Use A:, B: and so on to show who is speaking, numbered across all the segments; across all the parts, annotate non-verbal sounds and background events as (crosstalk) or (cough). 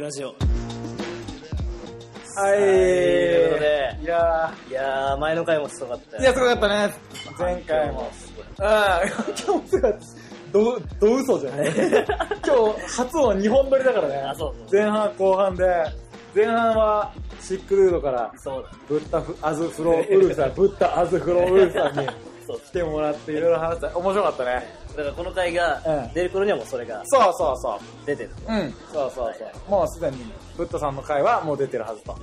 A: ラジオ。はい。
B: はい。
A: ということで、
B: いや
A: いやー、前の回もすごかった
B: ー、
A: よ
B: いや、すごかったね。前回も。ああ、今日もすごかった。ど、ど嘘じゃ (laughs) ない今日、初音2本撮りだからね。
A: あそうそう
B: 前半、後半で、前半は、シックルードから、
A: そうだ。
B: ブッダフアズフローウルフさん、ブッダアズフローウルフさんに
A: そう
B: 来てもらっていろいろ話した。面白かったね。
A: だからこの回が
B: うん
A: 出る頃にはもうそれが
B: そうそうそう。
A: 出てる。
B: うん、そうそうそう。もうすでに、ブッダさんの回はもう出てるはずと。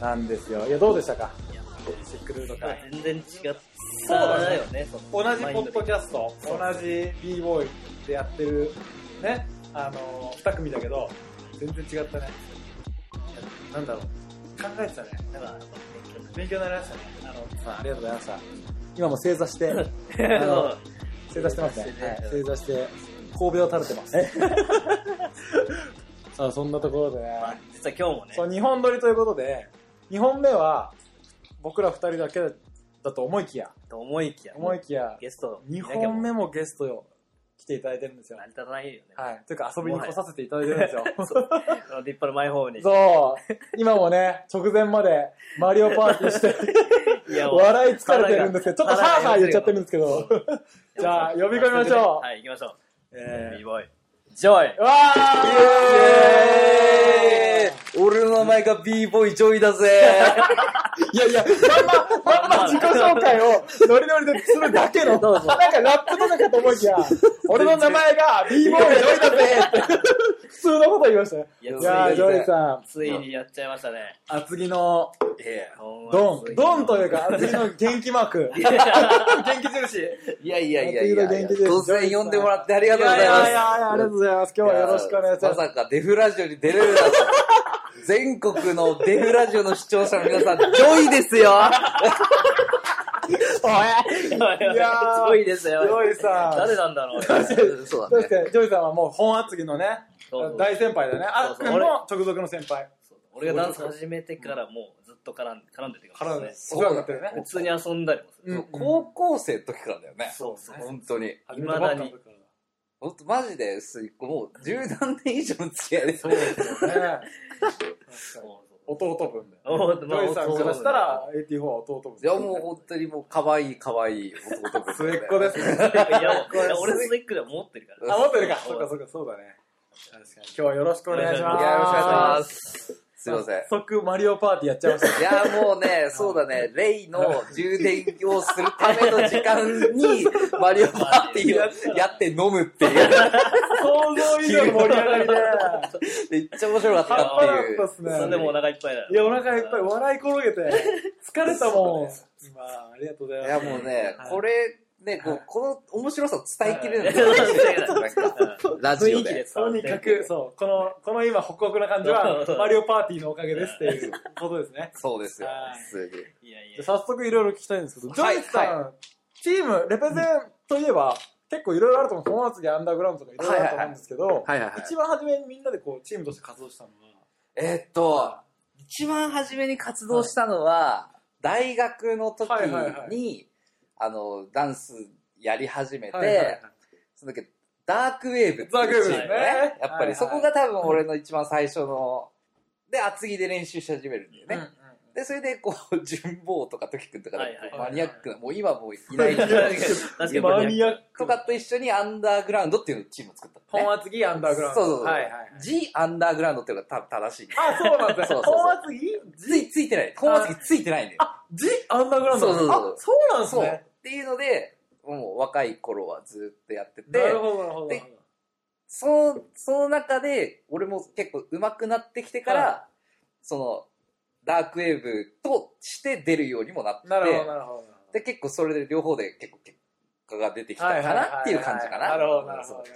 B: なんですよ。いや、どうでしたか
A: いや
B: シックルード回。
A: 全然違った
B: そうだね
A: よね。
B: 同じポッドキャスト、同じ b ボーイでやってる、ね、あのー、2組だけど、全然違ったね。なんだろう、考えてたね。
A: ャなんか、
B: 勉強になりましたね。あの、さんありがとうございました。今も正座 (laughs) して、
A: 勉
B: あの
A: 強
B: 正座してますね。はい正座して、神戸を垂れてます。 (laughs) さあ、そんなところでね。
A: まあ実は今日もね、
B: そう、2本撮りということで、2本目は、僕ら2人だけだと思いきや、
A: と思いきや、
B: 思いきや、
A: ゲスト、
B: 2本目
A: も
B: もゲストよ、来ていただいてるんですよ
A: 成。り立たないよね。
B: はい。というか遊びに来させていただいてるんですよ。
A: あの立派なマイホームに。
B: (laughs) そう。今もね、直前までマリオパーティーして、
A: いやもう
B: 笑い疲れてるんですけど、ちょっと
A: 腹が
B: ハーハー言っちゃってるんですけど。じゃあ、呼び込みましょう。
A: はい、行きましょう。
B: え
A: b ボーイ。ジョイ
B: ー、わー
C: 俺の名前が b ボーイジョイだぜ
B: いやいや、まんま、まんま自己紹介をノリノリでするだけの、なんかラップとかかと思いきや、俺の名前が b ボーイジョイだぜって、普通のこと言いましたね。
A: い
B: い
A: や
B: やー、
A: つい
B: ジョイさん、
A: ついにやっちゃいましたね。
B: 厚木のド
A: ド
B: ン、ド
A: (laughs)
B: ンというか、厚木の元気マーク。
A: いや
B: 元気印。
C: いやいやいやいや
B: 元気です
C: 突然呼んでもらってあり
B: いや
C: が
B: い
C: とうご
B: やい
C: ざいます
B: やいや、ありがとうございます。今日はよろしくお願いしま。
C: ますさかデフラジオに出れるなんて全国のデフラジオの視聴者の皆さん、ジョイですよ
A: い
B: いや
A: や
B: ー
A: すごいですよ。
B: ジョイさん
A: 誰なんだろ
B: (laughs)
A: う。
C: そうだ
B: 確か
C: ね。
B: に、ジョイさんはもう本厚木のね
A: そうそう、
B: 大先輩だね。あ
A: そうそ
B: っ
A: う
B: くんも直属の先輩。
A: 俺がダンス始めてからもうずっと絡ん絡んでて
B: から
A: ね。
B: お世話になってるね。
A: 普通に遊んだりもする。
B: うん
C: 高校生の時からだよね。
A: そうそう
C: 本当に。
A: 未だに。
C: 本当マジで、すいもう十何年以上の付き合いで。
B: そうですよね。
A: そうそう
B: 弟分で。
A: お
B: ジ
A: まあ
B: ョイさんからしたら、84は弟分
C: いや、もう本当にもう、可愛い可愛い男と
B: 末っ子ですね。
A: いやいや俺スイックでも持ってるから。
B: あ、持ってるか。そっかそっか、そうだね。確かに。今日はよろしくお願いし
C: い
B: ま
C: や、
B: す。。
C: よろしくお願いしますす。すいません。
B: 早速、マリオパーティーやっちゃいました。
C: いや、もう
A: (laughs)
C: ね、そうだね、レイの充電をするための時間
A: (laughs)
C: に、マリオパーティーをやって飲むっていう。
A: (laughs)
B: 想像以上の盛り上がりで。
C: めっちゃ面白かった
B: 半
C: っ
B: 端
C: てい
B: なかった
C: う。
B: っすね。
A: それでもお腹いっぱいだよ。
B: いや、お腹いっぱい、笑い転げて、疲れたもん。まあ、ありがとうござい
C: い
B: ま
C: や、
B: す。
C: もうね
B: は、い
C: これ、ね、こう、この面白さを伝えきれる
A: は
C: のな
B: (laughs)
C: んかラジオ
A: 雰囲気で
C: で。
A: す
B: とにかく、そう、この、この今、ホクホクな感じ (laughs) は、マリオパーティーのおかげですっていうことですね。
C: そうですよ
B: は、い
C: 普通に。
A: いやい
B: で
A: や。
B: 早速いろいろ聞きたいんですけど、ジ
C: は
B: ョ
C: い
B: イスさん、チーム、レペゼンといえば、結構いろいろあると思う。本厚木アンダーグラウンドとかいろいろあると思うんですけど、
C: はいはいはい。
B: 一番初めにみんなでこう、チームとして活動したのは、
C: えーっと、一番初めに活動したのは、大学の時
B: はいはいは
C: に、あの、ダンスやり始め
B: はいはいは
C: て、その時、ダークウェーブっていう
B: ダークウェーブ
C: チーム
B: ですね
C: やっ
B: は
C: ぱ
B: いはい
C: りそこが多分俺の一番最初の、で、厚着で練習し始めるんだよ
B: い
C: ね。で、それで、こう、 (laughs) 純坊とか時くんとか、
A: はいはい
C: マニアックな、もう今もういないけど、
A: 確
B: うん。
A: か
B: マ (laughs)
A: に。
B: ニアック
C: と。かと一緒にアンダーグラウンドっていうチームを作ったのね、
B: 本厚木アンダーグラウンド。
C: そうそうそう。
B: はいはいはい。
C: G アンダーグラウンドっていうのが多分正しい。
B: あ、 (laughs) そうなんだ。
C: そうそうそう
B: 本厚木
C: つい、ついてない。本厚木ついてないんだよ。
B: あ、ジアンダーグラウンド
C: そうそうそう
B: あ、そうなんです
C: そう。っ
B: ね。
C: ていうので、もう若い頃はずっとやってて、
B: なるほど、なるほど。
C: でその、その中で、俺も結構上手くなってきてから、
B: は
C: その、ダークウェーブとして出るようにもなって、
B: なるほど、なるほど。
C: で、結構それで両方で結構結果が出てきたかなっていう感じかな。
B: はいはいはいはいなるほど、なるほどね。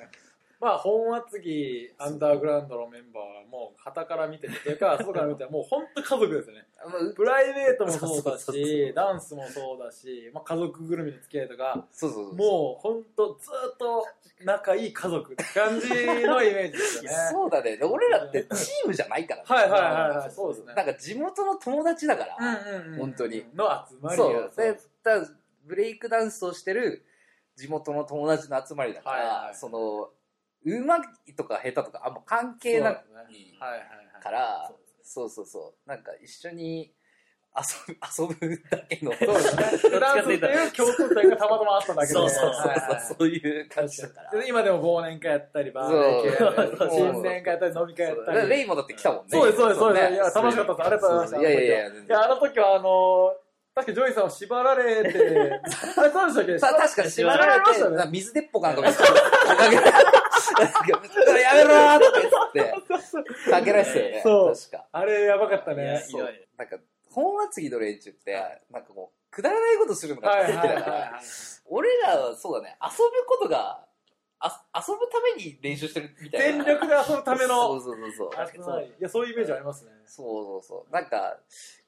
B: まあ、本厚木アンダーグラウンドのメンバーはもう、旗から見てるというか、外から見てもう本当家族ですね。
C: そうまあ
B: (laughs)
C: う
B: プライベートもそうだ
C: そうそうそうそ
B: し、ダンスもそうだし、まあ、家族ぐるみの付き合いとか、
C: そうそうそう。
B: もう本当ずっと仲いい家族って感じのイメージですよね。
C: そうだね。で俺らってチームじゃないからね、
B: はいはいはいはい、そうですね。
C: なんか地元の友達だから、
B: うんうんうん、
C: 本当に
B: の集まり
C: そ
B: を
C: う。で、だからブレイクダンスをしてる地元の友達の集まりだから、
B: はいはい
C: その、うまいとか下手とかあんま関係なく
A: そうだね
C: いい
A: はいはいはい
C: から
A: そう
C: そうそうそうなんか一緒に遊ぶ遊 (laughs) ぶだけの
B: そうですね。フランスっていう共通点がたまたまあっただけで。
A: そうそうそう
B: はいはい
C: そうそういう感じだから
B: で今でも忘年会やったり、バーベキューやったり、
A: そう
B: (laughs) 新年会やったり、飲み会やった
C: だから
B: り。
C: レイもだって来たもんね
B: そうです、そうです、そうです。
C: ね
B: いや、楽しかったです。ありがとうございました。
C: いやいやいや
B: いや、あの時は、あのー、確かジョイさんを縛られて、 (laughs) あれ、そうでしたっけ
C: さ確かに縛
B: 縛られ
C: られ
B: ま
C: て、
B: したね
C: なんか水鉄砲かなんか見せてかけられてやめろーとか言って、かけられてたよね。
B: そう
C: 確か。
B: あれ、やばかった
A: いや
B: ね。
A: ひ
C: そ。
A: どいう
C: なんか、本厚木の連中って、
A: はい
C: なんかもう、くだらないことするのが
B: はい
C: 好
B: は
C: き
B: い
C: だ
B: は
C: か
B: い
C: ら、
B: はい。
C: 俺らはそうだね、遊ぶことが、あ遊ぶために練習してるみたい
B: 全
C: な。
B: 力で遊ぶため
C: そ
B: の
C: う、そうそうそう。
A: 確かにそう
B: いや、そういうイメージありますね。
C: そうそうそう。なんか、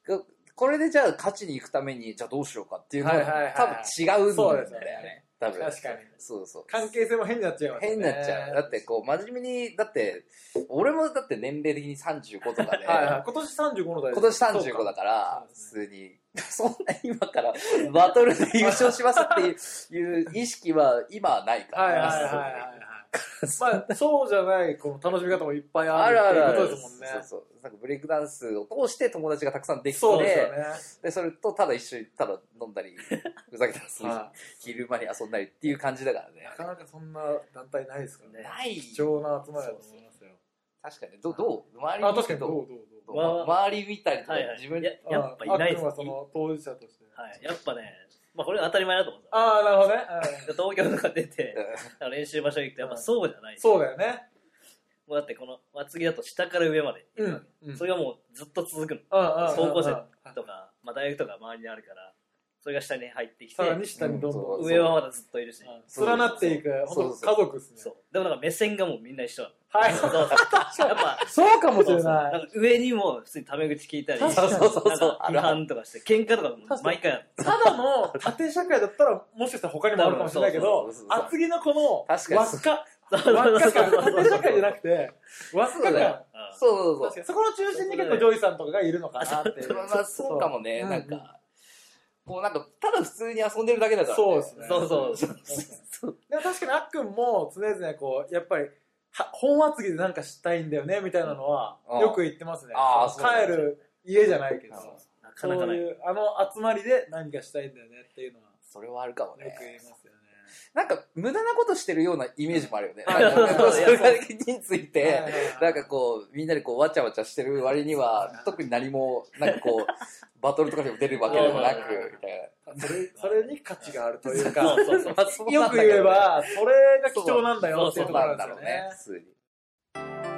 C: ここれでじゃあ勝ちに行くために、じゃあどうしようかっていうのは、
B: はいはいはい
C: 多分違うんだ
B: そう
C: よ
B: で
C: ね
B: すよね。
C: 多分。
B: 確かに。
C: そうそう。
B: 関係性も変になっちゃいますね。
C: 変になっちゃう。だってこう、真面目に、だって、俺もだって年齢的に35とかで、
B: はいはい。今年35の代
C: 今年35
B: か
C: だから、
B: そ
C: 普通に、そんな今からバトルで優勝しますっていういう意識は今はないから。
B: はいはいはい
C: (laughs)
B: はいはい。まあ、そうじゃない、この楽しみ方もいっぱいあ
C: あ
B: る
C: るあるあ
B: ってい
C: る。
B: うことですもんね。
C: そうそう。なんかブレイクダンスを通して友達がたくさんできて、
B: そうですよね。
C: でそれとただ一緒にただ飲ん
B: (laughs)
C: だり、ふざけたりする
B: は
C: 昼間に遊んだりっていう感じだから
B: い
C: ね
B: な。かなかそんな団体ないですからね。
C: ない。
B: 貴重な集まりだと思いますよ。
C: 確かに。どどう周り
B: あ、
C: 見
B: 確
C: て
B: かに、どう
C: どう
B: どうどう
A: わあ
C: 周り見たりとか、
A: はいはい
C: (laughs) 自分
A: や
C: で。
A: やっぱいないで
B: あっくん
A: す
B: はその当事者として。
A: はい、やっぱね、まあ、これは当たり前だと思うん
B: (laughs)
A: ですよ
B: ああ、なるほどね。うん
A: 東京とか出て
C: うん、
A: なんか練習場所行くと、やっぱそうじゃないです
B: そうだよね。
A: もうだってこの、まあ、次だと下から上まで行くわけ、
B: うんうん
A: それがもうずっと続くの。
B: 高
A: 高校生とか、まあ、大学とか周りにあるから、それが下に入ってきて
B: さ、らに下にどんどん
C: うん
A: 上はまだずっといるし、
B: うん連なっていく、
C: そう
B: 本当家族ですね。
A: そう。でもなんか目線がもうみんな一緒なの。
B: はい
A: そうそうやっぱ、
B: そうかもし
A: そう
B: れ
A: そうな
B: ない。
A: んか上にも普通にタメ口聞いたり、
B: 確
A: なん
B: か
A: か
B: に
C: そうそうそう。あ
A: 批
C: るある。
A: 判とかして、喧嘩とかも毎回ある。
B: ただの縦社会だったら、もしかしたら他にもあるかもしれないけど
C: そうそう、そうそう
B: 厚木のこの、
C: 確かに
B: 輪っか、
A: そうそう
B: 輪
A: そ
B: っか
A: うそう
B: 感、縦社会じゃなくて、輪っか
C: そうだ
B: 感
C: よ。
A: うん
C: そうそ
B: 確
C: うそ
B: か
C: う。
B: にそこの中心に結構ジョイさんとかがいるのかなっていう。
C: (laughs) まあまあ、そうかもね。
B: うん
C: なんか、こうなんか、ただ普通に遊んでるだけだからね。
B: そうですね
A: そうそうそう。
B: でも確かにあっくんも常々こう、やっぱり、は本厚木でなんかしたいんだよね、みたいなのは
C: う、ん
B: よく言ってますね。
C: ああ
B: そ
C: そう
B: の
C: な
B: 帰
C: んだ
B: る家じゃないけど、
A: なか
B: そ
A: なか
B: う
A: ない。
B: いう、あの集まりで何かしたいんだよねっていうのは、
C: それはあるかも
B: よく言い
C: ね
B: ま。すよね。
C: なんか、無駄なことしてるようなイメージもあるよね。
B: うん
C: なんかこう
A: い
C: そ
A: や
C: (laughs) れについ
B: はいは
C: て、
B: いはい
C: なんかこう、みんなでこう、わちゃわちゃしてる割には、特に何も、なんかこう、 (laughs) バトルとかでも出るわけでもなく、みたいな。
B: それそれに価値があるというか、
A: そうそうそう。
C: まあそうな
B: よ
C: ん
B: く
C: だけどね
B: 言えば、それが貴重なんだよってい
C: そ
B: う
C: う
B: とこ
C: な
B: ろ
C: ん
B: な
C: だ
B: んで
C: ろ
B: す
C: う
B: よね
C: ね、。普通に。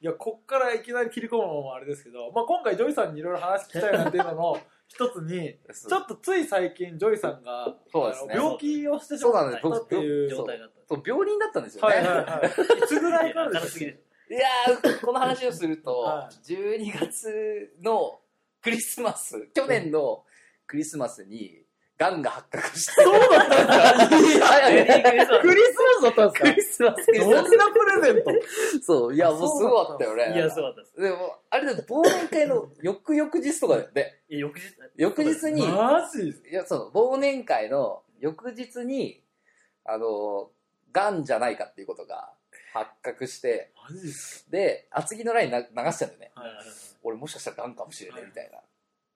B: いや、こっからいきなり切り込むのもあれですけど、まあ今回ジョイさんにいろいろ話聞きたいなっていうのの一つに、ちょっとつい最近ジョイさんが、
C: そうですね
B: あの病気をしてし
C: そう
B: ま
C: な
B: っ
C: んです。
B: たっていう。
A: 状態だった。
C: そう病人だったんですよ
B: は
C: ね。
B: いはいはい。いつぐらいから
A: 明
B: で
A: る
B: す
A: すぎる。
C: いやー、この話をすると、
B: は
C: 12月のクリスマス、去年のクリスマスに、ガンが発覚
B: (laughs)
C: して。そうだったんだ (laughs) いやいやいや
B: クリスマスだった
C: ク
B: んで
C: リスマス、ク
B: す
C: リ
B: かど
C: ス
B: んな
C: マ
B: プ
C: ス。
B: レゼント
C: そう、いや、もうすごかったよね。
A: いや、そうだったです。
C: でも、あれだと忘年会の翌々日とかだよね。
A: いや翌日。
C: 翌日に、
B: マジ
C: いや、その、忘年会の翌日に、あの、ガンじゃないかっていうことが発覚して、
B: マジっす
C: で、厚木のラインな流しちゃうんだよね。
B: か
C: 俺もしかしたらガンかもしれない
B: はい
C: みたいな。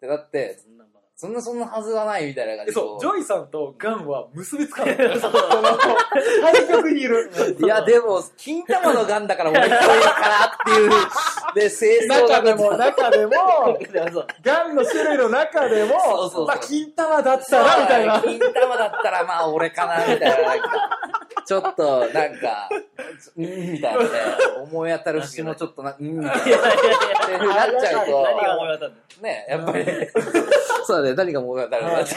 C: で、だって、
A: そんなんばか
C: そんなそんなはずはないみたいな感
B: え
C: じ
B: そう、ジ
C: こ
B: ョイさんとガンは結びつか
C: (laughs)
B: ない。
A: りそう
B: その (laughs) 対局にいる。
C: ういや、でも、金玉のガンだから俺一人だからっていう、で、清掃
B: 中でも、中でも、
A: そう
B: ガンの種類の中でも、
C: そうそうそう
B: まあ、金玉だったら、みたいな。
C: 金玉だったらまあ俺かな、みたいな。なんかちょっと、なんか、うん、みたいなね。思い当たる節もちょっとな、うん、みたいな。
A: いやいやいや。
C: ってなっちゃう
A: 何が
C: と、
A: 思い当たる
C: ね、やっぱり、 (laughs) そうだね、何が思い当たるのかって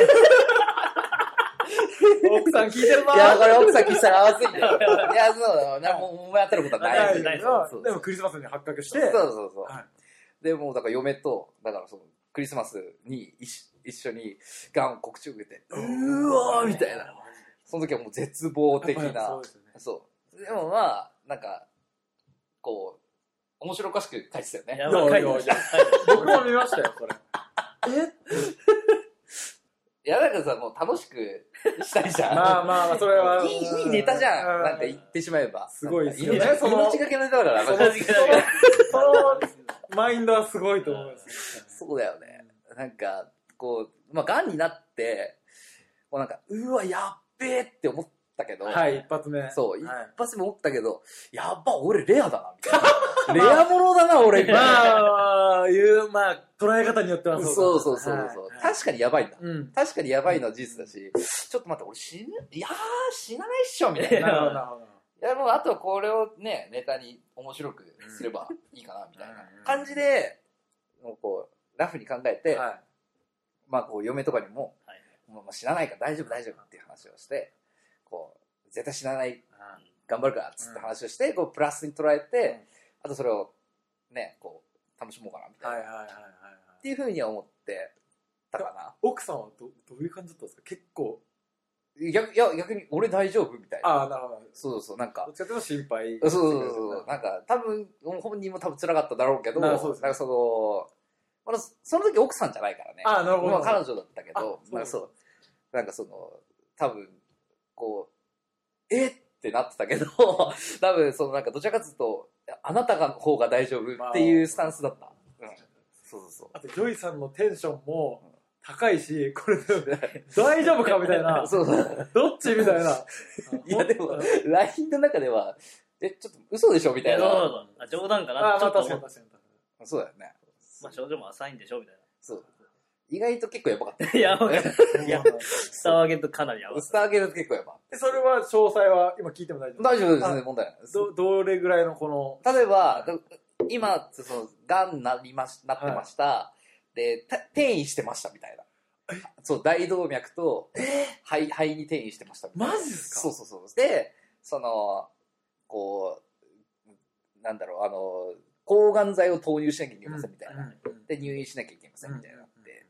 B: 奥さん聞いてるない
C: や、これ奥さん聞いたらあわついてる。いや、そうだよ。何も思い当たることはない。
A: ない
B: ないの
C: そう
B: でもクリスマスに発覚し
C: そう
B: て、
C: そうそう。
B: は
C: で、もうだから嫁と、だからその、クリスマスに一一緒にガン告知を受けて、うわーみたいな。その時はもう絶望
B: や
C: 的
B: っぱり
C: な
B: そう。ですよね
C: そう。でもまあ、なんか、こう、面白おかしく返してたよね。
A: やばい。
B: 僕も見ましたよ、これ。え
C: いや、なんかさ、もう楽しくしたいじゃ
B: (laughs)
C: ん。
B: まあまあまあ、それは。
C: いい、いいネタじゃ。
B: うん
C: なんて言ってしまえば。
B: すごいですよね
C: なんか
B: そ
C: 命
B: の
C: 命がけのネタだから、
B: そ
C: な
B: の
C: んか
B: そのマインドはすごいと思うんです
C: そうだよね。なんか、こう、まあ、癌になって、こうなんか、うわ、やっべえって思ったけど、
B: よ。はい、一発目。
C: そう、
B: はい
C: 一発目思ったけど、やっぱ俺レアだな、
B: (laughs)
C: みたいな。レアものだな、俺、みたいな。
B: まあ、いう、まあ、捉え方によっては
C: そうそうそうそう。
B: はい
C: 確かにやばいんだ。
B: うん。
C: 確かにやばいのは事実だし、ちょっと待って、俺死ぬ、いやー、死なないっしょ、みたい
B: な (laughs)
C: な。
B: るほど、なるほど。
C: いや、もうあとはこれをね、ネタに面白くすればいいかな、みたいな
B: うん
C: 感じで、もうこう、ラフに考えて、
B: はい
C: まあこう、嫁とかにも、
A: はい
C: もうまあ死なないから大丈夫大丈夫っていう話をして、こう、絶対死なない、頑張るからっつって話をして、こう、プラスに捉えて、あとそれをね、こう、楽しもうかな、みたい
B: は
C: な。
B: いはい
C: っ
B: はいはいはい。
C: ていうふうには思ってたかな。
B: 奥さんはどどういう感じだったんですか結構。
C: 逆、いや、逆に俺大丈夫みたいな。
B: ああ、なるほど。
C: そうそう、なんか
B: どっ、ちかというと心配。
C: そうそうそう。なんか、多分、本人も多分辛かっただろうけど、
B: な
C: な
B: る
C: ん
B: ほど
C: かその、まだその時奥さんじゃないからね。
B: ああ、なるほ
C: ま
B: ど。
C: あ彼女だったけ
B: あ
C: ど、
B: そう
C: なんかそう。なんかその、多分、こう、えってなってたけど、 (laughs) 多分、そのなんかどちらかというと、あなたの方が大丈夫っていうスタンスだった。うんそうそうそう。
B: あと、ジョイさんのテンションも高いし、これで大丈夫かみたいな。
C: そうそう。
B: どっちみたいな。
C: いや、でも、LINE の中では、え、ちょっと嘘でしょみ
A: い
C: た
A: や
C: い
A: そうそう
C: な。
A: そうあ冗談か
B: あ
A: な
B: あ、
A: ってちょ
B: まあ
A: っと
B: 確
A: 思
B: か
A: っ
B: に
A: た
B: 確かに。
C: そうだよね。
A: まあ症状も浅いんでしょみたい
C: そう。意外と結構やばかった。
A: な。いや、わかんないいやスターゲットかなりやばい。
C: スターゲート結構やば。
B: でそれは詳細は今聞いても大丈夫
C: 大丈夫です
B: あ
C: ね、問題ないです。
B: どどれぐらいのこの、
C: 例えば、今、その、がんになりまし、なってました。で、た転移してましたみたいな。そう、大動脈と、肺、肺に転移してましたみたいな。
B: マジっすか
C: そうそうそう。で、その、こう、なんだろう、あの、抗がん剤を投入しなきゃいけませんみたいな。で、入院しなきゃいけませんみたいなって。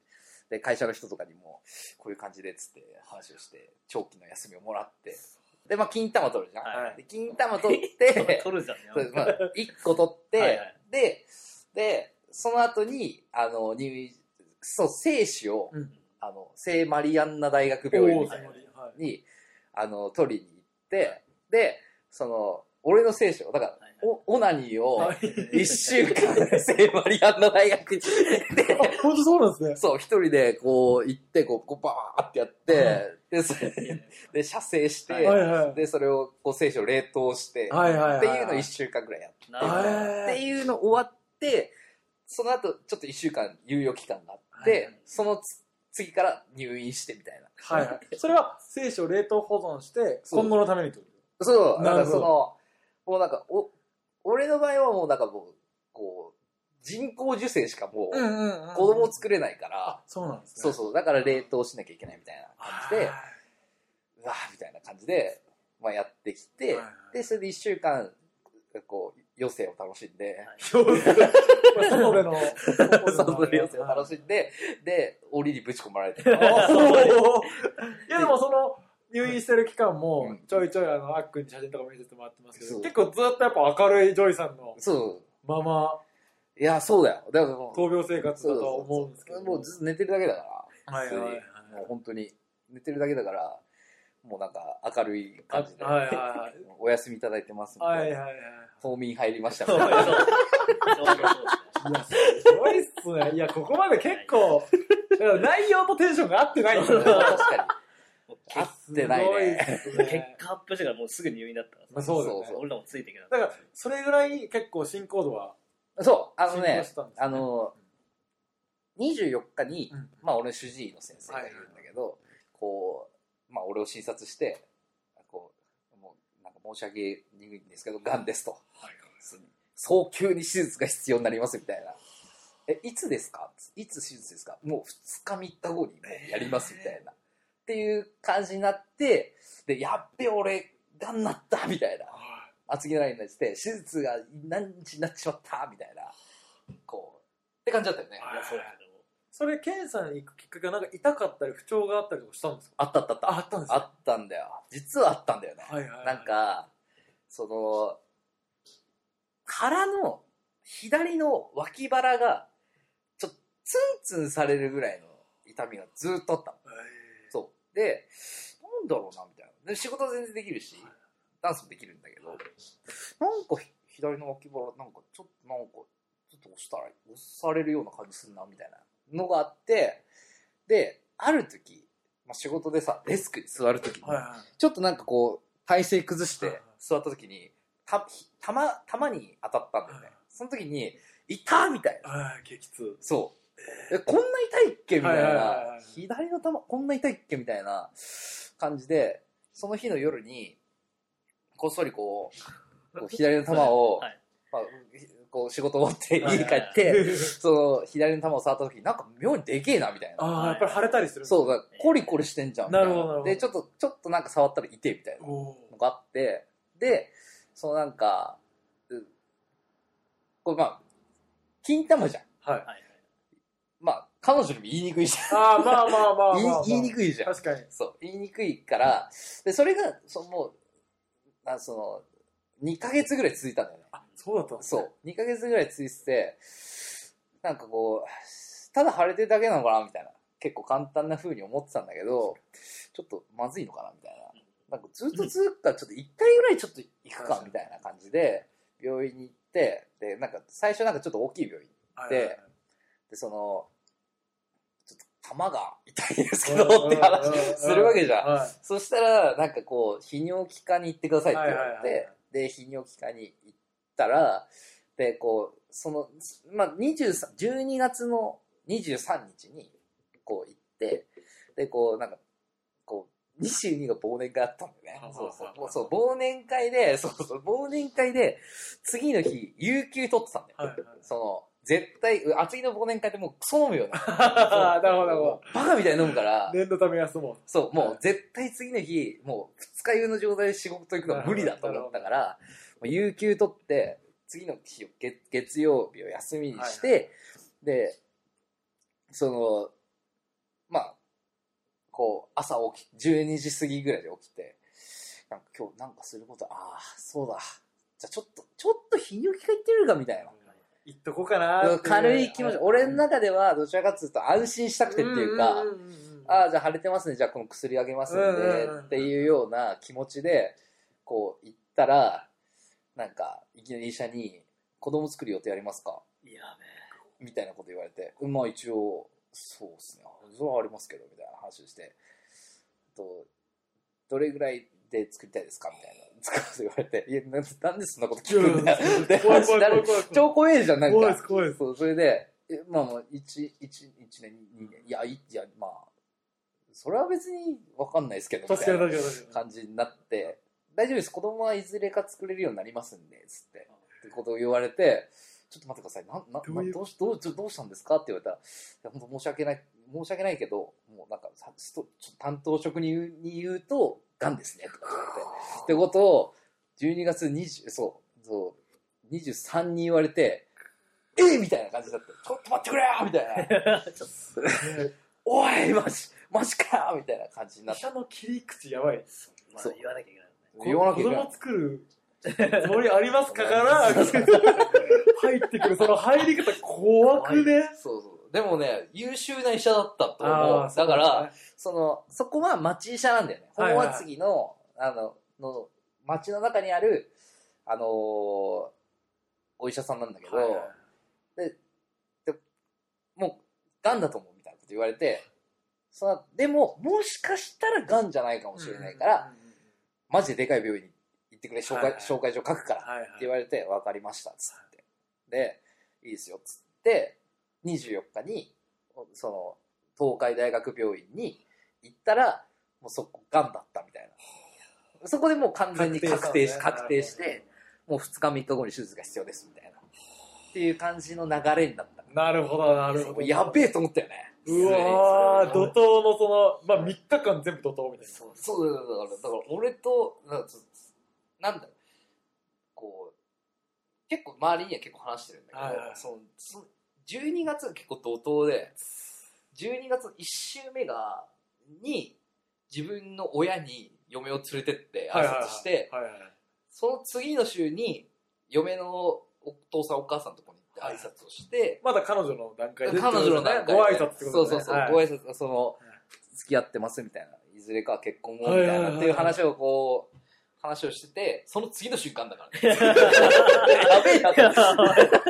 C: で、会社の人とかにも、こういう感じでっつって話をして、長期の休みをもらって。で、まあ、金玉取るじゃん。
A: はい
C: で金玉
A: (laughs)
C: 取って、
A: 取るじゃん。
C: そうまあ、1個取って、
A: はいはい
C: で、で、その後に、あの、入院、そう、精子を、
B: うん
C: あの、聖マリアンナ大学病
B: お
C: 院
B: お、はいはい
C: に、あの、取りに行って、で、その、俺の精子を、だから、
A: はい
C: お、オナニーを
B: は、い。
C: 1週間、 (laughs) 聖マリアンナ大学に、で、
B: あ、本当そうなんですね。
C: そう、一人でこう行って、こう、こうバーってやって、で、それで、射精して、
A: はい
B: はいはい。
C: で、それを、こう、精子を冷凍して、
B: はいはいはい。
C: っていうのを1週間ぐらいやって
A: なるほど。
B: へー
C: っていうの終わって、その後ちょっと1週間猶予期間があって、
A: はいはい
C: そのつ次から入院してみたいな。
B: はいはい。それは、精子を冷凍保存して、
C: そう
B: 今後のためにと。
C: そう、
B: なる
C: な
B: ほ
C: んか
B: ど
C: その、もうなんか、お、俺の場合はもうなんかもう、こう、人工授精しかも
B: ん
C: う、
B: うん
C: 子供を作れないから
B: あ、、そうなんですね。
C: そうそう、だから冷凍しなきゃいけないみたいな感じで、
B: は
C: うわーみたいな感じで、まあやってきて、
B: はいはい
C: で、それで1週間、こう、余生を楽しんで、 (laughs)
B: い外での、
C: サ
B: 外
C: ンドリ寄せを楽しんで、で、檻にぶち込まれて。
B: おーいやでもその入院してる期間
C: う
B: も
C: ん
B: ちょいちょいあのあっくんに写真とか見せてもらってますけ
C: そ
B: ど
C: う
B: 結構ずっとやっぱ明るいジョイさんの
C: そ
B: まま
C: う。いや、そうだよ。だからもう、
B: 闘病生活だとは思うんですけど
C: もうずっと寝てるだけだから。
B: はいはいはい
C: 普通にもう本当に。寝てるだけだから、もうなんか明るい感じで。
B: はいはいはい
C: お休みいただいてますみ
B: は
C: たい
B: い
C: な。
B: はいはい
C: 冬眠入りましたみ
A: そう
C: た
A: そう
C: い
A: そう
C: な。
B: いやすごいっす
C: (laughs)
B: ねいやここまで結構だから内容とテンションが合ってないんです
C: 確
B: よ
C: かに。合
A: 結
C: ってないね。
B: す
C: (laughs)
B: ごいっすね
A: 果発表してからもうすぐ入院だったから
B: まあそうだよ
C: そう
B: ね
A: 俺らもついていけなか
B: だ
A: っ
B: からそれぐらい結構進行度は
C: そう、あ
B: 進
C: の
B: 行
C: ね、
B: したんですね
C: あの、24日に、
B: うん
C: まあ俺の主治医の先生がいるんだけど、こう、まあ俺を診察して、こう、もうなんか申し訳にくいんですけど、癌ですと。早急に手術が必要になりますみたいな。え、いつですかいつ手術ですかもう2日3日後にもうやりますみたいな。っていう感じになって、で、やっべ、俺、癌になったみたいな。厚木のラインになってて、手術が何日になってしまったみたいな。こう、って感じだったよね。
A: たいやそうだけど
B: それ検査に行くきっかけはなんか痛かったり不調があったりとかしたんですか
C: あったあったあった。
B: ああったんですね
C: あったんだよ。実はあったんだよね。
B: はいはいはい
C: なんか、その、腹の左の脇腹が、ちょっとツンツンされるぐらいの痛みがずっとあったの。
B: え
C: で、なんだろうな、みたいな。で仕事は全然できるし、ダンスもできるんだけど、なんかひ左の脇腹、なんかちょっと、なんか、ちょっと押したら、押されるような感じするな、みたいなのがあって、で、ある時、まあ、仕事でさ、デスクに座る時に、ちょっとなんかこう、体勢崩し
A: はいはい
C: て座った時に、た、たま、たまに当たったんだよね。その時に、痛ーみたいな。
A: ああ、激痛。
C: そう。え、こんな痛いっけみた
A: は
C: い
A: いはい
C: な
A: はいはい。
C: 左の玉、こんな痛いっけみたいな感じで、その日の夜に、こっそりこう、こう左の玉を、
A: はい
C: まあ、こう仕事終わって
A: はい
C: 家帰って、その左の玉を触った時になんか妙にでけえなみたいな。
B: (laughs) ああ、やっぱり腫れたりする。
C: そう、だからコリコリしてんじゃんみたい。
B: なるほどなるほど
C: で、ちょっと、ちょっとなんか触ったら痛えみたいな。
B: おー
C: のがあって、で、そのなんか、うこれまあ、金玉じゃん。
B: はい。
A: はい
C: まあ、彼女にも言いにくいじ
B: ああ、まあまあまあ
C: ゃん。
B: まあ
C: 言い
B: まあ。
C: 言いにくいじゃん。
B: 確かに。
C: そう、言いにくいから、で、それが、そのもう、あその、2ヶ月ぐらい続いたんだよね。
B: あ、そうだったんです
C: そ
B: ね。
C: う、2ヶ月ぐらい続いてて、なんかこう、ただ腫れてるだけなのかなみたいな。結構簡単な風に思ってたんだけど、ちょっとまずいのかなみたいな。なんかずっと続くから、ちょっと1回ぐらいちょっと行くかみたいな感じで、病院に行って、で、なんか最初なんかちょっと大きい病院。
B: はい
C: で
B: はいはい
C: で、その、ちょっと玉が痛いんですけどって話するわけじゃん。
B: は
C: そしたら、なんかこう、泌尿器科に行ってくださいって言われて、
B: はいはいはい
C: で、泌尿器科に行ったら、で、こう、その、まあ、23 12月の23日に、こう行って、で、こう、なんか、こう、22が忘年会あったんだよ
B: は
C: ね。
B: い
C: そうそう
B: はい
C: もうそう、忘年会で、 (laughs) そうそう、忘年会で、次の日、有給取ってたんだよ。
B: い。はい
C: その、絶対、う厚木の忘年会ってもうクソ飲むよ
B: (laughs)
C: ね。
B: はい。なるほど、なるほど。
C: バカみたいに飲むから、
B: 念のため休も
C: そう、
B: は
C: も
B: いう
C: 絶対次の日、もう二日酔いの状態で仕事行くのは無理だと思ったから、もう有給取って、次の日を月月曜日を休みにして、で、その、まあ、こう、朝起き、12時過ぎぐらいで起きて、なんか今日なんかすること、ああ、そうだ。じゃあちょっと、ちょっと泌尿器科行ってみるかみたいな。
B: う。行っとこうかなーってう。
C: 軽い気持ち、俺の中ではどちらかというと安心した
B: な
C: くてっていうか、ああ、じゃあ腫れてますね、じゃあこの薬あげますんで、
B: うんうんうん
C: っていうような気持ちで、こう、行ったら、なんか、いきなり医者に、子供作る予定ありますか
A: い。やべ
C: みたいなこと言われて、うんまあ一応、そうですね、それはありますけど、みたいな話をして、と、どれぐらいで作りたいですかみたいな、 (laughs) こと言われて、いや、なんなんでそんなこと聞くんだよ。って
B: 怖い
C: 話
B: 怖い
C: に
B: 怖
C: なる
B: い怖い。
C: 超怖えじゃん、なんか。
B: 怖いです、怖いです。
C: そう、それで、えまあまあ、一一一年、二年、いや、いいや、まあ、それは別にわかんないですけど、み
B: 確
C: た
B: かに
C: い
B: 確かに
C: な
B: 確かに。
C: 感じになって、大丈夫です、子供はいずれか作れるようになりますんで、つって、ってことを言われて、ちょっと待ってください、な、な、
B: どういう
C: などうし、どう、ちょどうしたんですかって言われたら、いや、本当申し訳ない、申し訳ないけど、もうなんか、さちょっとちょっと担当職に言うに言うと、癌ですね、とか言われて。ってことを、12月20、そう、そう、23に言われて、えーみたいな感じだった。ちょっと待ってくれよみたい
B: (laughs)
C: な。
A: え。ちょっと
C: おいマジ、マジかよみたいな感じになっ
B: 医
C: て。
B: 者の切り口やばい。
A: まあ
C: そう
A: 言わなきゃいけない
C: 言わなきゃいけな
B: 子
C: い
B: 供。作るつもりありますか
C: (laughs)
B: から、入ってくる。その入り方怖くね
C: そうそう。でもね、優秀な医者だったと
B: あ
C: 思
B: あ
C: う。だから、、その、そこは町医者なんだよね。
B: はい
C: 本
B: はい
C: 和次の、あの、の、町の中にある、あのーお医者さんなんだけど、
B: はいはい
C: もう、癌だと思うみたいなこと言われて、そのでも、もしかしたら癌じゃないかもしれないから、、マジででかい病院に行ってくれ、紹介,、
B: はいはい
C: 紹介状書くから、って
B: はいはい
C: 言われて、わかりました、つって。で、いいですよ、つって、24日に、その、東海大学病院に行ったら、もうそこ、癌だったみたいな。そこでもう完全に確定し、確定して、、もう2日3日後に手術が必要です、みたいな。っていう感じの流れになった。
B: なるほど、なるほど。
C: やべえと思ったよね。
B: うわー、怒涛のその、まあ3日間全部怒涛みたいな。
A: そう
C: そうだから、だから俺と、なんかつなんだろう、こう、結構周りには結構話してるんだけど、
B: はいはい
C: そのその12月が結構怒涛で、12月の1週目が、に、自分の親に嫁を連れてって挨拶して、
B: はいはいはい
C: その次の週に、嫁のお父さんお母さんのとこに行って挨拶をして、
B: まだ彼女の段階で。
C: 彼女の中で
B: ご挨拶ってこと
C: そうそうそう、
B: はい
C: ご挨拶その
B: い
C: 付き合ってますみたいないずれか結婚をみたい
B: はいはい
C: な
B: はい
C: っていう話をこう、話をしてて、その次の瞬間だからね。やべえやつ。
B: 3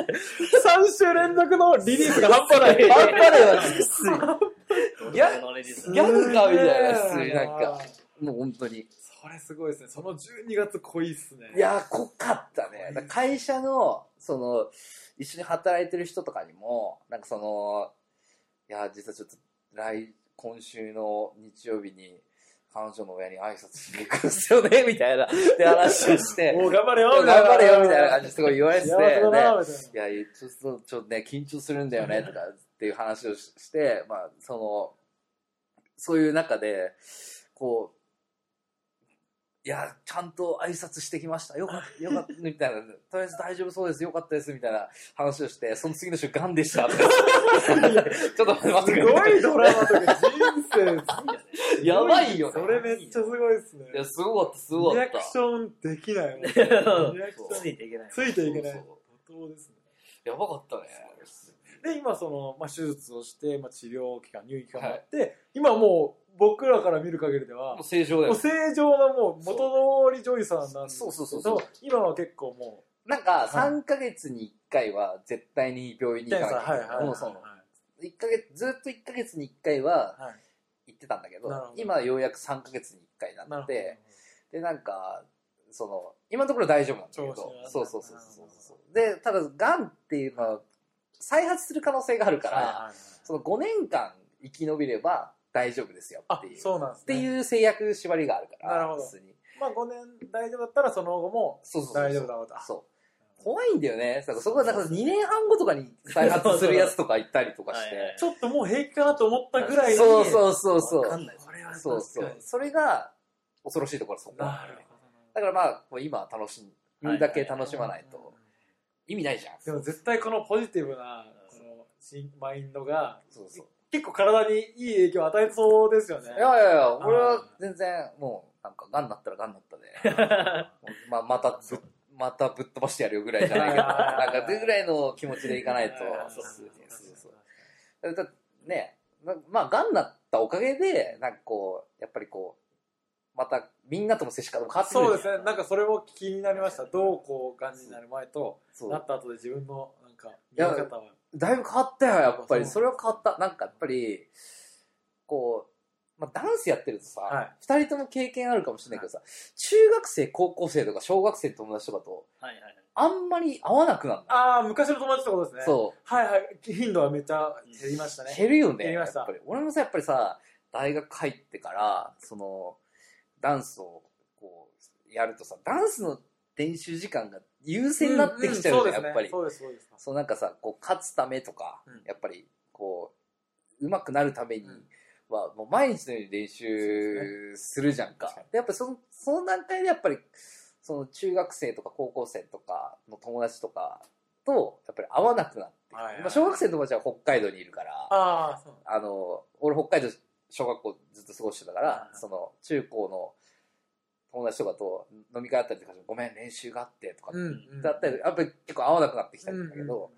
B: 週連続のリリースが半
C: (laughs)
B: 端ない。
C: 半端ないわ、きつい。
A: どうしても乗れる
C: ギャグかみたいな、
B: (laughs)
C: 普
B: す
C: 通
B: げ
C: に
B: え
C: なんか。もう本当に。
B: それすごいですね。その12月濃いっすね。
C: いやー、濃かったね。だから会社の、その、一緒に働いてる人とかにも、なんかその、いやー、実はちょっと、来、今週の日曜日に、彼女の親に挨拶しに行くんですよね、みたいな、って話をして、
B: もう頑張れよ、
C: 頑
B: みたいな。
C: 張れよ、みたいな感じですごい言われてて、
B: 幸せだ
C: ね
B: な、みたい
C: いや、ちょっと、ちょっとね、緊張するんだよね、とかっていう話をしして、まあ、その、そういう中で、こう、いや、ちゃんと挨拶してきました。よかった、よかった、みたいな。とりあえず大丈夫そうです。よかったです、みたいな話をして、その次の週、ガンでした。と (laughs) かちょっと待って
B: な。
C: く
B: す
C: れ
B: ごいドラマとか人生。
C: やばいよね
B: それめっちゃすごいっすね。
C: いや、すごかった、すご
B: リ
C: か
B: ア
C: った
B: ク。ションできない。もうリアクシ
A: つ
B: ョン
A: いていけない。
B: ついていけな
C: そう
B: い。怒涛ですね。
C: やばかったね。
B: で、今その、まあ、手術をして、まあ、治療期間、入院期間もあって、今もう僕らから見る限りでは
C: もう、正常だ
B: もう
C: よ。
B: 正常なもう元通り女優さんなんですけど
C: そうそうそうそう
B: 今は結構も
C: なんか、3ヶ月に1回は、絶対に病院
B: う、
C: に行かなきゃいけ
B: はい
C: ない。もうその一ヶ月、ずっと1ヶ月に1回は
B: はい
C: 行ってたんだけど、
B: なるほど
C: 今ようやく3ヶ月に1回に
B: な
C: な
B: る
C: っ
B: ほど
C: て、で、なんか、その、今のところ大丈夫なんだけど、
B: 調子が
C: そうそうそうそう
B: な
C: そう。で、ただ、癌っていうのは、再発する可能性があるから、
B: はいはいはい
C: その5年間生き延びれば大丈夫ですよ
B: あ
C: っていう。
B: そうなんです
C: って
B: ね
C: いう制約縛りがあるから、
B: なるほど
C: 普通に
B: まあ5年大丈夫だったらその後も
C: そうそうそうそう
B: 大丈夫だろうと
C: そう。怖いんだよね。そこそこはだから2年半後とかに再発するやつとか行ったりとかし
A: はいはい
C: て。
B: ちょっともう平気かなと思ったぐらいに
C: そうそうそうそう。
A: わかんない。
B: これは
C: そうそ
B: 確
C: う
B: か。に
C: それが、恐ろしいところそこ。
B: なるほ
C: だからまあ、もう今は楽しむだけ楽しまない
B: ど
C: と、意味ないじゃん。
B: でも絶対このポジティブなこの新マインドが
C: そうそう。
B: 結構体にいい影響を与えそうですよね
C: いやいやいや、俺は全然、もう、なんか、ガンなったらガンなったで、まあ、またぶっ、またぶっ飛ばしてやるよぐらいじゃないか
B: あ
C: な。
B: ー
C: なんか、ぐらいの気持ちでいかないと
B: あー、
C: そうそうそうそう
B: 確かに
C: だからね、なまあ、がんなったおかげで、なんかこう、やっぱりこう、また、みんなとの接し方も変わってくる
B: そう
C: じゃん
B: ですね、なんかそれも気になりました。どうこう、がんになる前と、
C: そう
B: なった後で自分の、なんか、見え方は。
C: だいぶ変わったよ、やっぱり。
B: そう
C: それは変わった。なんかやっぱり、こう、まあ、ダンスやってると
B: は
C: さ
B: い、
C: 二、人とも経験あるかもしれないけどさ、中学生、高校生とか小学生の友達とかと、
A: はいはいはい。
C: あんまり会わなくなるの。
B: ああ、昔の友達ってことですね。う。
C: そ
B: はいはい。頻度はめっちゃ減りました
C: う、
B: ね。
C: 減るよね。
B: 減り
C: や
B: ま
C: っ
B: した
C: ぱり。俺もさ、やっぱりさ、大学入ってから、その、ダンスを、こう、やるとさ、ダンスの練習時間が優先になってきちゃうじゃ
B: ん
C: ん、
B: ん
C: やっぱり。
B: そうですね、そうです、そうです。
C: そうなんかさ、こう、勝つためとか、
B: うん
C: やっぱり、こう、上手くなるために
B: うん
C: は、もう毎日のように練
B: そう
C: 習するじゃんか。
B: 確かに
C: でやっぱりその、その段階でやっぱり、その中学生とか高校生とかの友達とかと、やっぱり会わなくなってくる、
B: はいはい
C: まあ小学生の友達は北海道にいるから、あ
B: ああ、そう。
C: の、俺北海道小学校ずっと過ごしてたから、
B: はいはい
C: その中高の友達とかと飲み会あったりとかして、ごめん、練習があってとか
B: うんうん。
C: だったり、やっぱり結構会わなくなってきたんだけど、
B: うんうん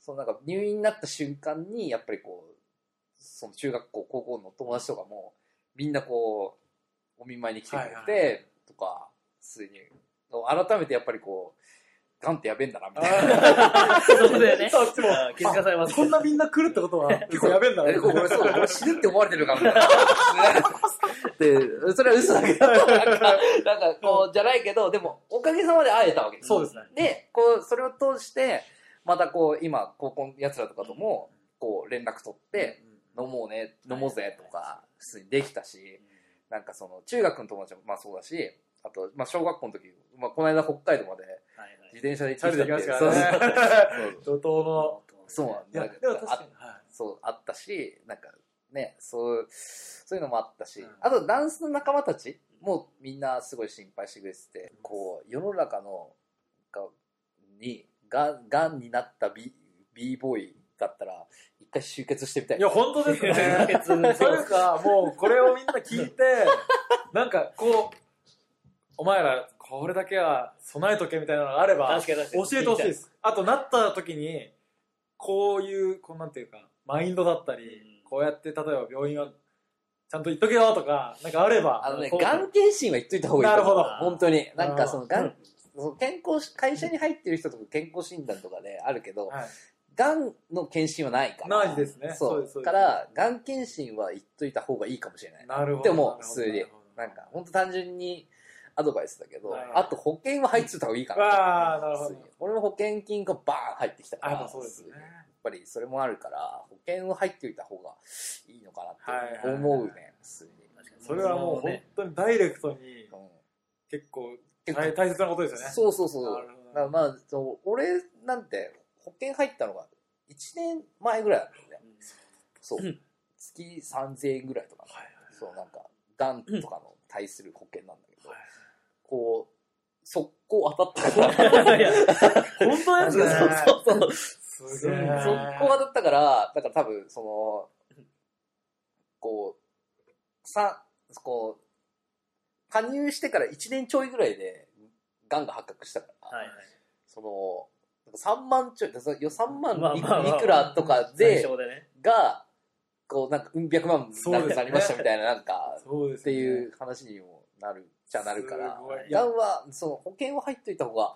C: そのなんか入院になった瞬間に、やっぱりこう、その中学校、高校の友達とかも、みんなこう、お見舞いに来てくれ
B: はいはい
C: て、とか、普通に、改めてやっぱりこう、ガンってやべえんだな、み
B: あ
C: たいな。
B: ー
A: そうだよね。
B: (laughs) そっちも
A: あー気づかされます。
B: こんなみんな来るってことは、結構やべえんだ
C: えこれ俺
B: ね。
C: そう、俺死ぬって思われてるかも。 (laughs) で、それは嘘だけど、なんか、なんかこう、じゃないけど、でも、おかげさまで会えたわけです。
B: そうですね。
C: で、こう、それを通して、またこう、今、高校の奴らとかとも、こう、連絡取って、飲もうね、飲もうぜ、とか、普通にできたし、なんかその、中学の友達も、まあそうだし、あと、まあ小学校の時、まあこの間北海道まで
A: はい
C: 自転車で
B: チャ
C: 行っ
B: リ
C: て
B: で
C: き
B: き
C: た
B: ま
C: って
B: す
C: いう
B: からね。
C: そうそうそう
B: 怒涛の。
C: そうなん
B: いや、
C: だ
B: でも確かに。はい
C: そう、あったし、なんかね、そう、そういうのもあったし、
B: うん
C: あとダンスの仲間たちもみんなすごい心配してくれてて、こう、世の中の、が、に、が、がんになった B、B ボーイだったら、一回集結してみたい。
B: いや、本当です (laughs) ね。というか、もうこれをみんな聞いて、なんかこう、お前らこれだけは備えとけみたいなのがあれば、
A: 確かに確か
B: 教
A: に
B: えてほしいです。あと、なった時に、こういう、こうなんていうか、マインドだったり、
A: うん
B: こうやって、例えば病院はちゃんと言っとけよとか、なんかあれば。
C: あのね、
B: こう
C: がん検診は言っといた方がいいと思う。
B: な
A: ほ
B: る
A: ど
C: 本当に。なんかその、が
B: うん
C: ん、その健康し、会社に入ってる人とか健康診断とかであるけど、
B: はい
C: がんの検診はないから。
B: ないですねそう
C: そ
B: ですそうです
C: う。から、がん検診は言っといた方がいいかもしれない。
B: なるほど。
C: でも、
B: なる
C: 普
B: ほど
C: 通に。なんか、本当単純にアドバイスだけど、
B: はい
C: あと保険は入ってた方がいいかなと。
B: ああ、なるほ
C: 普
B: ど
C: 通に。俺も保険金がバーン入ってきたか
B: あ
C: ら、
B: やっぱそうですね
C: 普通にやっぱりそれもあるから、保険を入っておいた方がいいのかなって思うね、普通に。
A: 確かに
B: それはもう本
A: ね
B: 当にダイレクトに
C: うん
B: 結構
C: 結構
B: 大大切なことですよね。
C: そうそうそう。
B: なるほど
C: だからまあ、そう俺なんて保険入ったのが1年前ぐらいだったんだよね。そう。月3000円ぐらいとか、
B: はい
C: そう、なんか、がんとかの対する保険なんだけど、
B: はい
C: こう、速攻当たったから、
A: いや本当ですね
C: そうそうそ
B: そ
C: う。
B: う
C: そ
B: す
C: う
B: げえ。
C: 速攻当たったから、だから多分、その、こう、さ、こう、加入してから1年ちょいぐらいで、癌が発覚したから、
A: はいはい
C: その、3万ちょい、だからよ3万い,、
A: まあまあまあ
C: くらとか
A: 最
C: で、
A: 初でね
C: が、こう、なんか、うん、百万
B: そうです
C: なん
B: ね
C: かなりましたみたいな、なんか、
B: そうです
C: って
B: う。
C: いう話にもなる、じゃなるから
B: すごい、
C: がんは、その、保険は入っといた方が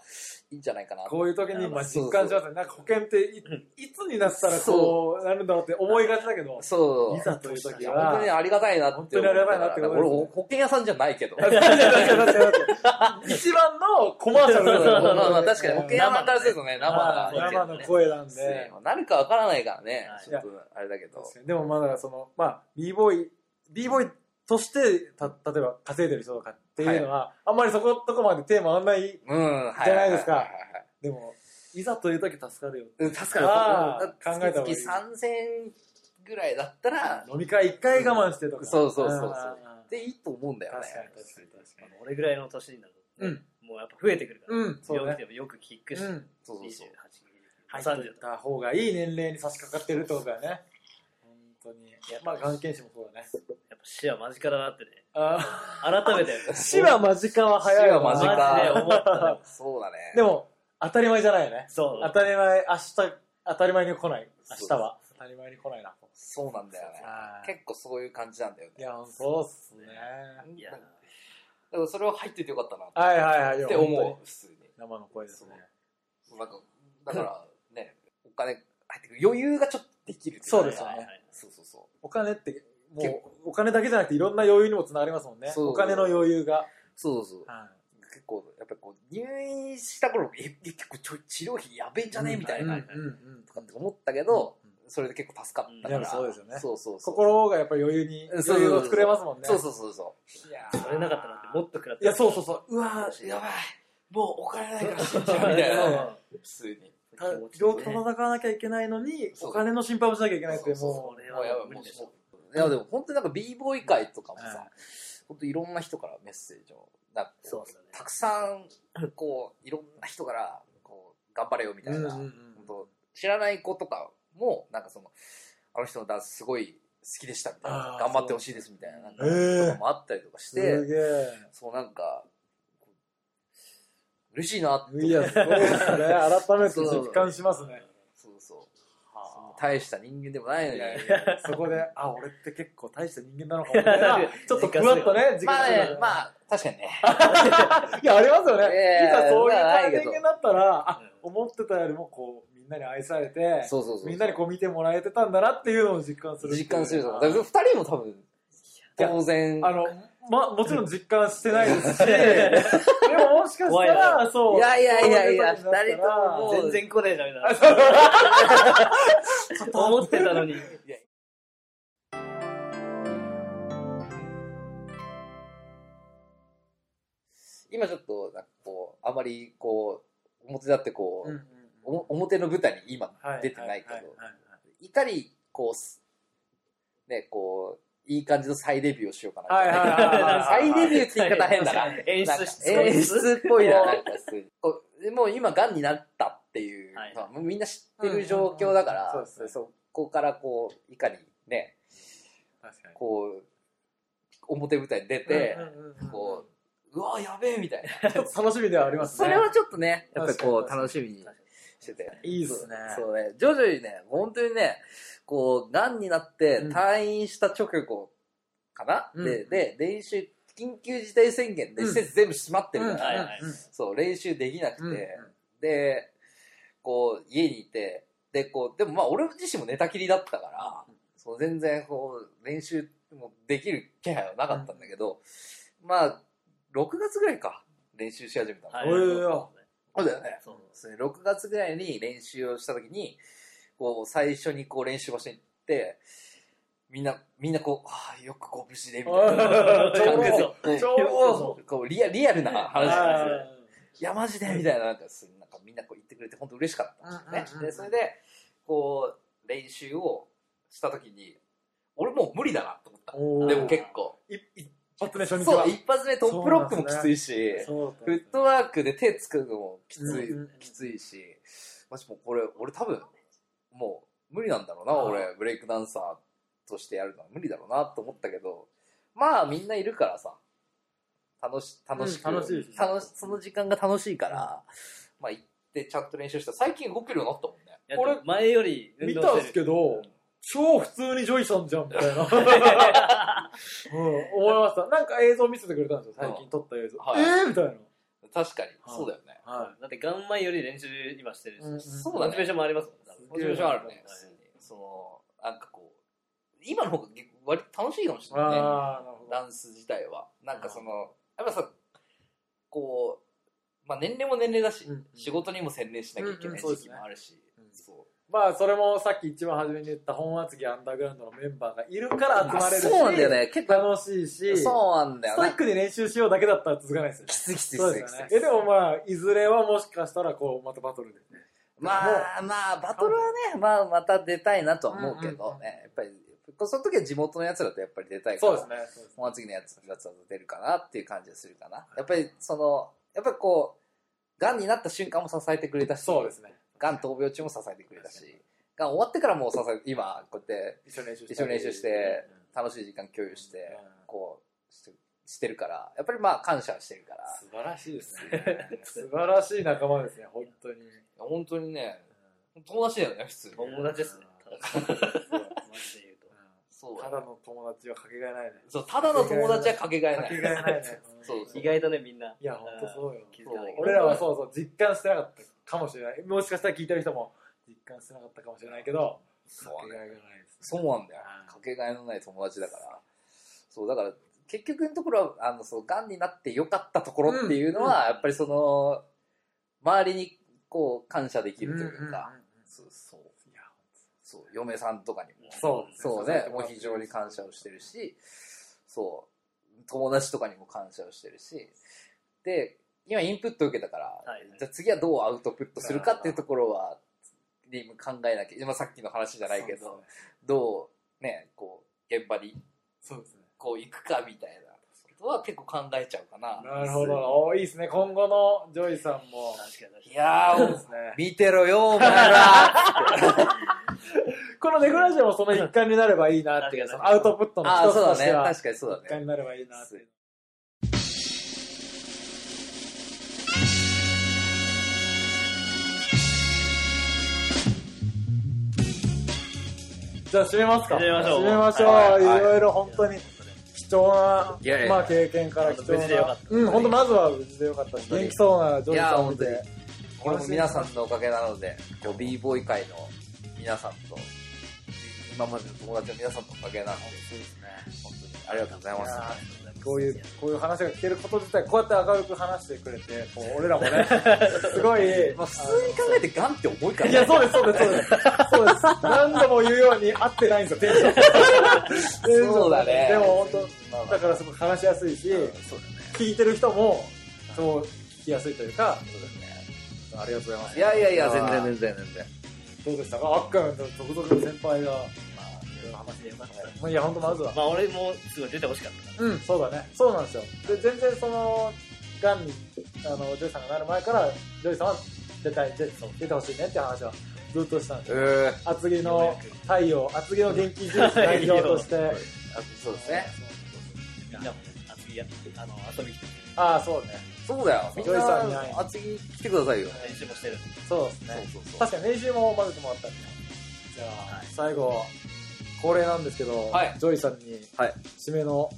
C: いいんじゃないかな。
B: こういう時にまあ
C: そ
B: 実
C: うそう
B: 感しますね。なんか保険ってい
A: うん
B: いつになったらこうなるんだろうって思いがちだけど、
C: そう。
B: いざという
C: い
B: 時
C: や、本当に
B: は。
C: ありがたいなって思った
B: 本当にありがたいなって思います
C: 俺、保険屋さんじゃないけど。
B: 確かに確かに確か (laughs) に一番のコマーシャルだ
A: そうそうそう
C: まあまあまあ確かに保険屋さんからするとね、生
B: は
C: ない意見だね
B: 生の声なんで。
C: なるかわからないからね
A: は。い
C: ちょっと、あれだけど
B: 確。かにでもまだその、まあ、b ボーイ、b ボーイとして、た、例えば稼いでる人とかっていうのは、あんまりそことこまでテーマあんない、
C: うん、はい。
B: じゃないですか
C: ははははい
B: でも、いざという時助かるよ。
C: うん確
B: あ
C: か
B: ー
C: に、
B: 考えた方がいい
C: 月々3000円ぐらいだったら、
B: 飲み会一回我慢してとか。
C: そうそうそうそう
B: あー
C: でいいと思うんだよね。
B: 確かに確かに確か
A: あの俺ぐらいの年になると
B: うん
A: ねもうやっぱ増えてくるから
B: うんそうね
A: 40でもよく聞く
B: に。
A: し
B: うん。
C: そうそうそう。
A: 28
B: 入っとい
A: 30と
B: た方がいい年齢に差し掛かってるってことだよね。本当に。いや、まあ、眼検視もそうだね。
A: やっぱ死は間近だなってね
B: あ
A: 改めて
B: 死は間近は早いわ。
C: 死は間
A: マジ
C: 近
A: で思ったね
C: そうだね。
B: でも、当たり前じゃないよね。
A: そう
B: 当たり前、明日、当たり前に来ない。明日は。当たり前に来ないな。
C: そうなんだよね。
B: はい
C: 結構そういう感じなんだよ
B: い
C: ね。
B: や、そうっすね。
A: いや
C: だからそれは入っててよかったな
B: はいはいはい。
C: って思う、普通に。
B: 生の声ですね。
C: なんか、だからね、お金入ってくる余裕がちょっとできるっていか
B: そうですよね
C: そうそうそ
B: お金って、も
C: 結
B: う、お金だけじゃなくていろんな余裕にもつながりますもんね。
C: そう
B: お金の余裕が。
C: う。そうそう
B: は
C: 結構、やっぱりこう、入院した頃、え、結構ちょい治療費やべえん
B: い
C: じゃねみたいな、
B: うんうんうん
C: とかって思ったけど、
B: うん
C: それで結構助かったか
B: うんいや
C: ら。
B: そうですよね
C: そうそうそう。
B: 心がやっぱり余裕に、
C: うんそうそうそう
B: 余裕を作れますもんね。
C: そうそうそうそう。
B: いやー
A: それなかったらってもっと食らって
B: いや、そうそうそう。うわ
C: あ
B: ー
C: やばい。もうお金ないから死んじ
A: そう
C: ゃうみたいな。
A: そ
C: 普通に。
B: た病気と戦わなきゃいけないのに、
C: そう
B: お金の心配もしなきゃいけないって、
C: そうそ
B: も
C: う
A: そうれ
C: もうやば、
A: はい無理
C: もう
A: でしょ
C: そういや、でも本当になんか b ボーイ会とかも
B: うん
C: さ、本当いろんな人からメッセージを、なんかこう
A: そうですよね
C: たくさん、こう、いろんな人から、こう、頑張れよみたいな、
B: うんうん
C: 本
B: うん
C: 当知らない子とかも、なんかその、あの人のダンスすごい好きでしたみたい
B: あ
C: な
B: ー、
C: 頑張ってほしいですみたいな、なんか、
B: へー
C: とかもあったりとかし
B: すげ
C: て、
B: え。
C: そうなんか、こう嬉しいなって。
B: いや、そうですね。改めて実感しますね。
C: (laughs) そうそう。大した人間でもないのに。
B: そこで、あ、俺って結構大した人間なのかもみたいな。 (laughs) ちょっとふわっとね、時
C: まあね
B: 間、
C: まあ、確かにね。
B: いや、ありますよ
C: い
B: ね。
C: や
B: い
C: い
B: ざ
C: や
B: そういう
C: まあないけど
B: 人間だったら、あ
A: うん、
B: 思ってたよりもこう、みんなに愛されて、
C: そうそうそう。
B: みんなにこう見てもらえてたんだなっていうのを実感する。
C: 実感すると思う。
B: あ
C: だから二人も多分、当然、
B: あの、ま、もちろん実感してないですし、
C: (laughs)
B: でももしかした
A: 怖い
B: ら、
A: な
B: そう。
C: いやいやいやいや
B: そういうことになったら
C: 二人とも
A: 全然来ねえじゃんみ
B: あ
A: たい
B: そう
A: な思ってたのに
C: 今ちょっと、なんかこう、あまりこう、表だってこう、
B: うんうん
C: おも表の舞台に今
B: はい
C: 出てないけど、
B: はいは
C: い
B: いはい
C: かにこうす、ね、こう、いい感じの再デビューをしようかな。
B: はいはいはいはい
C: 再デビューって言い方変だな。
A: 演
C: なんか
A: 出し
C: 演出っぽいな、なんか普通にこうもう今、がんになったっていう
A: はい
C: のは、もうみんな知ってる状況だか
B: うんうんう
C: ら
B: ん、そうですね
C: そこからこう、いかにね、
B: 確かに
C: こう、表舞台に出て、
B: うんうんうんうん
C: こう、うわ、やべえみたい
B: (laughs) ちょっと楽しみではありま
C: な。
B: すね。
C: それはちょっとね、 (laughs) やっぱり
B: 確
C: こう、
B: かに
C: 楽しみにしてて。
B: いいっすね。
C: そうね、徐々にね、本当にね、こう、癌になって
B: うん
C: 退院した直後かな、
B: うん
C: で、で、練習、緊急事態宣言で
B: うん
C: 施設全部閉まってる
B: うん
C: から、
A: はいはい
C: そう、練習できなくて、
B: うんうん
C: で、こう、家にいて、で、こう、でもまあ、俺自身も寝たきりだったから、そう、全然、こう、練習もできる気配はなかったんだけど、まあ、6月ぐらいか、練習し始めたの。
A: は
B: おいおいおい
C: そうだよね。
A: そう
C: それ6月ぐらいに練習をした時にこう最初にこう練習場所に行ってみんなみんなこうああよくこう無事でみたいな
B: ちょう
A: そう
B: ど
A: そう
C: こう
B: ちょうど
C: こうリアリアルな話じゃないですね
B: はい
C: いやマジでみたいななんかすなんかみんなこう言ってくれて本当嬉しかったんですよねでそれでこう練習をした時に俺もう無理だなと思った
B: おー
C: でも結構
B: 一発目初日
C: そ
B: は
C: う一発目トップロックもきついし
B: そう
C: フットワークで手つくのもきつい、
B: うんうんうん
C: きついし、もしもこれ、俺多分、もう無理なんだろうな、
B: あー
C: 俺、ブレイクダンサーとしてやるのは無理だろうなと思ったけど、まあみんないるからさ、楽し、楽しく、
B: うん楽しいですね
C: 楽しその時間が楽しいから、まあ行ってちゃんと練習した。最近動けるようになったもんね。
A: いやでも前より運
B: 見
A: 動
B: たん
A: し
B: す
A: てる
B: けど超普通にジョイさんじゃんみたい
C: (laughs)
B: な
A: (laughs)
B: うん思いましたなんか映像見せてくれたんですよ最近撮った映像
C: はい
B: えーみたいな
C: 確かに、
B: はい
C: そうだよね。
B: は
A: だってガンマンより練習今してるし、
B: うん
C: そう
A: モ
C: だ
A: チベー
C: ね
A: ショ。ンもありますもん多分
C: モチベーションあるね
A: は。い
C: その、なんかこう、今の方が割と楽しいかもしれないね。
B: ああなるほど
C: ダンス自体は。なんかその、やっぱさ、こう、まあ年齢も年齢だし、
B: うんうん
C: 仕事にも専念しなきゃいけ
B: うんう
C: なんい
B: そうで
C: 時
B: す
C: 期
B: ね
C: もあるし、
B: うん
C: そ
B: まあそれもさっき一番初めに言った本厚木アンダーグラウンドのメンバーがいるから
C: う
B: 集まれるし
C: そうなんだよね。結構、
B: 楽しいしスト
C: そうなんだよ
B: イッ
C: ね。
B: クに練習しようだけだったら続かないですよね
C: きついきついきつい
B: そうで
C: き
B: すよ
C: つい
B: ねえでもまあいずれはもしかしたらこうまたバトルで
C: まあまあ、バトルはね、まあまた出たいなとは思うけどね、やっぱり、その時は地元のやつらとやっぱり出たいから、
B: そうですねそうですね
C: もう次のやつやつは出るかなっていう感じがするかな。やっぱりその、やっぱりこう、癌になった瞬間も支えてくれたし、
B: そうですね
C: がん闘病中も支えてくれたし、がん終わってからも支え今、こうやって
B: 一緒に練習して
C: 一緒に練習して
B: うん、
C: 楽しい時間共有して
B: うん、
C: こうして、してるから、やっぱりまあ感謝してるから、
B: 素晴らしいですね素晴らしい仲間ですね本当に
C: 本当にね、友達だよね、普通に。
A: 友達ですねマジで言うと
C: そう
B: ただの友達はかけがえないね
C: そう、ただの友達はかけがえ
B: か
C: な
B: け
C: い。
B: がえないね
C: そうそう
A: 意外とねみんない
B: いや本当そうよ
A: 気づかないけど
B: 俺らはそうそう実感してなかったかもしれないもしかしたら聞いてる人も実感してなかったかもしれないけど
C: そう
B: かけがえがないです
C: そうなんだよ
B: はい。
C: かけがえのない友達だから。そう、だから、結局のところは、あの、そう、癌になってよかったところっていうのは、やっぱりその、周りに、こう、感謝できるというか、そう、そう、
B: いや
C: そう、嫁さんとかにも、
B: そうです
C: そうね、もう非常に感謝をしてるし、そう、友達とかにも感謝をしてるし、で、今インプットを受けたから、
A: はい
C: じゃあ次はどうアウトプットするかっていうところは、リム考えなきゃ、今さっきの話じゃないけど、どうね、こう、現場に
B: そうですね
C: こう行くかみたいなことは結構考えちゃうかな。
B: なるほどおーいいですね今後のジョイさんも
A: 確かに確か
C: いや
B: そう
C: ー、
B: ですね
C: 見てろよ、お前ら
B: このネグラジオもその一環になればいいなっていう、そのアウトプットの
C: ああ、
B: 一つ
C: そ
B: と
C: うだ
B: して
C: ね。
B: は、
C: 確かにそう
B: 一
C: だ
B: 環
C: ね。
B: になればいいなっていう。じゃあ締めますか。
A: に
B: 締
A: 締
B: め
A: め
B: ま
A: ま
B: し
A: し
B: ょ
A: ょ
B: う。
A: う
B: い
C: はい
B: ろいろ本当に貴重な、
C: いやいや
B: まあ経験から貴重
A: 無事でよか
B: な
A: っ。た
B: うん、本当まずは無事でよかったし、
C: 本当に
B: 元気そうなジョ
C: い
B: ージ
C: や
B: さ
C: ー、
B: んを見
C: 本当に
B: て。。
C: これも皆さんのおかげなので、こう b ボーイ界の皆さんと、今までの友達の皆さんのおかげなので、
A: そうですね
C: 本当にありがとうございます。
B: いやこういう、こういう話が聞けること自体、こうやって明るく話してくれて、こう俺らも (laughs) ね、すご (laughs) い、
C: まあ、普通に考えてガンって重いから
B: い
C: ね
B: や、そうです、そうです、そうです。そう
C: (laughs)
B: です。何度も言うように合ってないんですよ、テンション。テンション
C: そうだね。
B: でも本
C: まあま
B: 当、だ
C: あ
B: からすごく話しやすいし、
C: うんそうだね。
B: 聞いてる人も、そう、聞きやすいというか、
C: そうだね。
B: ありがとうございま
C: いやいやいや、
B: あー
C: 全然全然全然。
B: す。どうでしたかあっくんと続々の先輩が、
C: まあ
A: 話でよかった
B: まあいや、本当まずは。
A: まあ俺もすごい出てほしかった
B: うん、そうだね。そうなんですよ。で、全然その、ガンに、あの、ジョイさんがなる前から、ジョイさんは出たい、出て出てほしいねっていう話はずっとしてたんですよ。
C: えー、
B: 厚木の太陽、厚木の元気印代表と
C: (laughs)
B: して、
C: あそうですね。
A: みんなもね厚木やあの遊びに来て
B: ああ、そうね。
C: そうだよ。みん
B: ジョイさんに会いに
C: な、厚木来てくださいよ。
A: 練習もしてるんで
B: そうです
C: そう
B: ね。
C: そうそう。
B: 確かに練習も混ぜてもらったんで。じゃあ、
A: はい
B: 最後、恒例なんですけど、
C: はい
B: ジョイさんに、
C: はい
B: 締めの、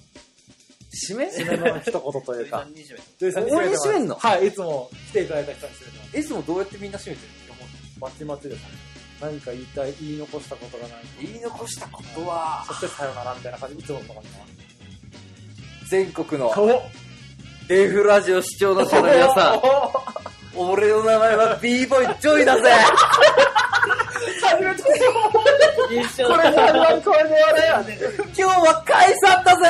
C: 締め
B: 締めの一言というか、
A: 20
B: ジョイさんに
C: 俺に締めんの
B: ますはい、いつも来ていただいた人に締めてます。
C: いつもどうやってみんな締めてる
B: バチバチですね。何か言いたい、言い残したことがないか
C: 言い残したことは
B: そ、してさよならみたいな感じ、いつものとこにいます。
C: 全国の
B: お
C: F ラジオ視聴の者の
B: (laughs)
C: 皆さん、俺の名前は b ボイジョ
B: (laughs)
C: イだぜ
B: 初めてこ
A: 勝
B: れで始まる、これで終われよね。
C: 今日は解散だぜ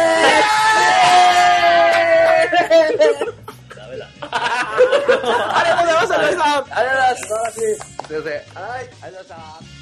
A: ダメだね。
B: ありがとうございました、ジョイさん
C: ありがとうございます
B: 素晴らしい。
C: すいません。はい、ありがとうございました。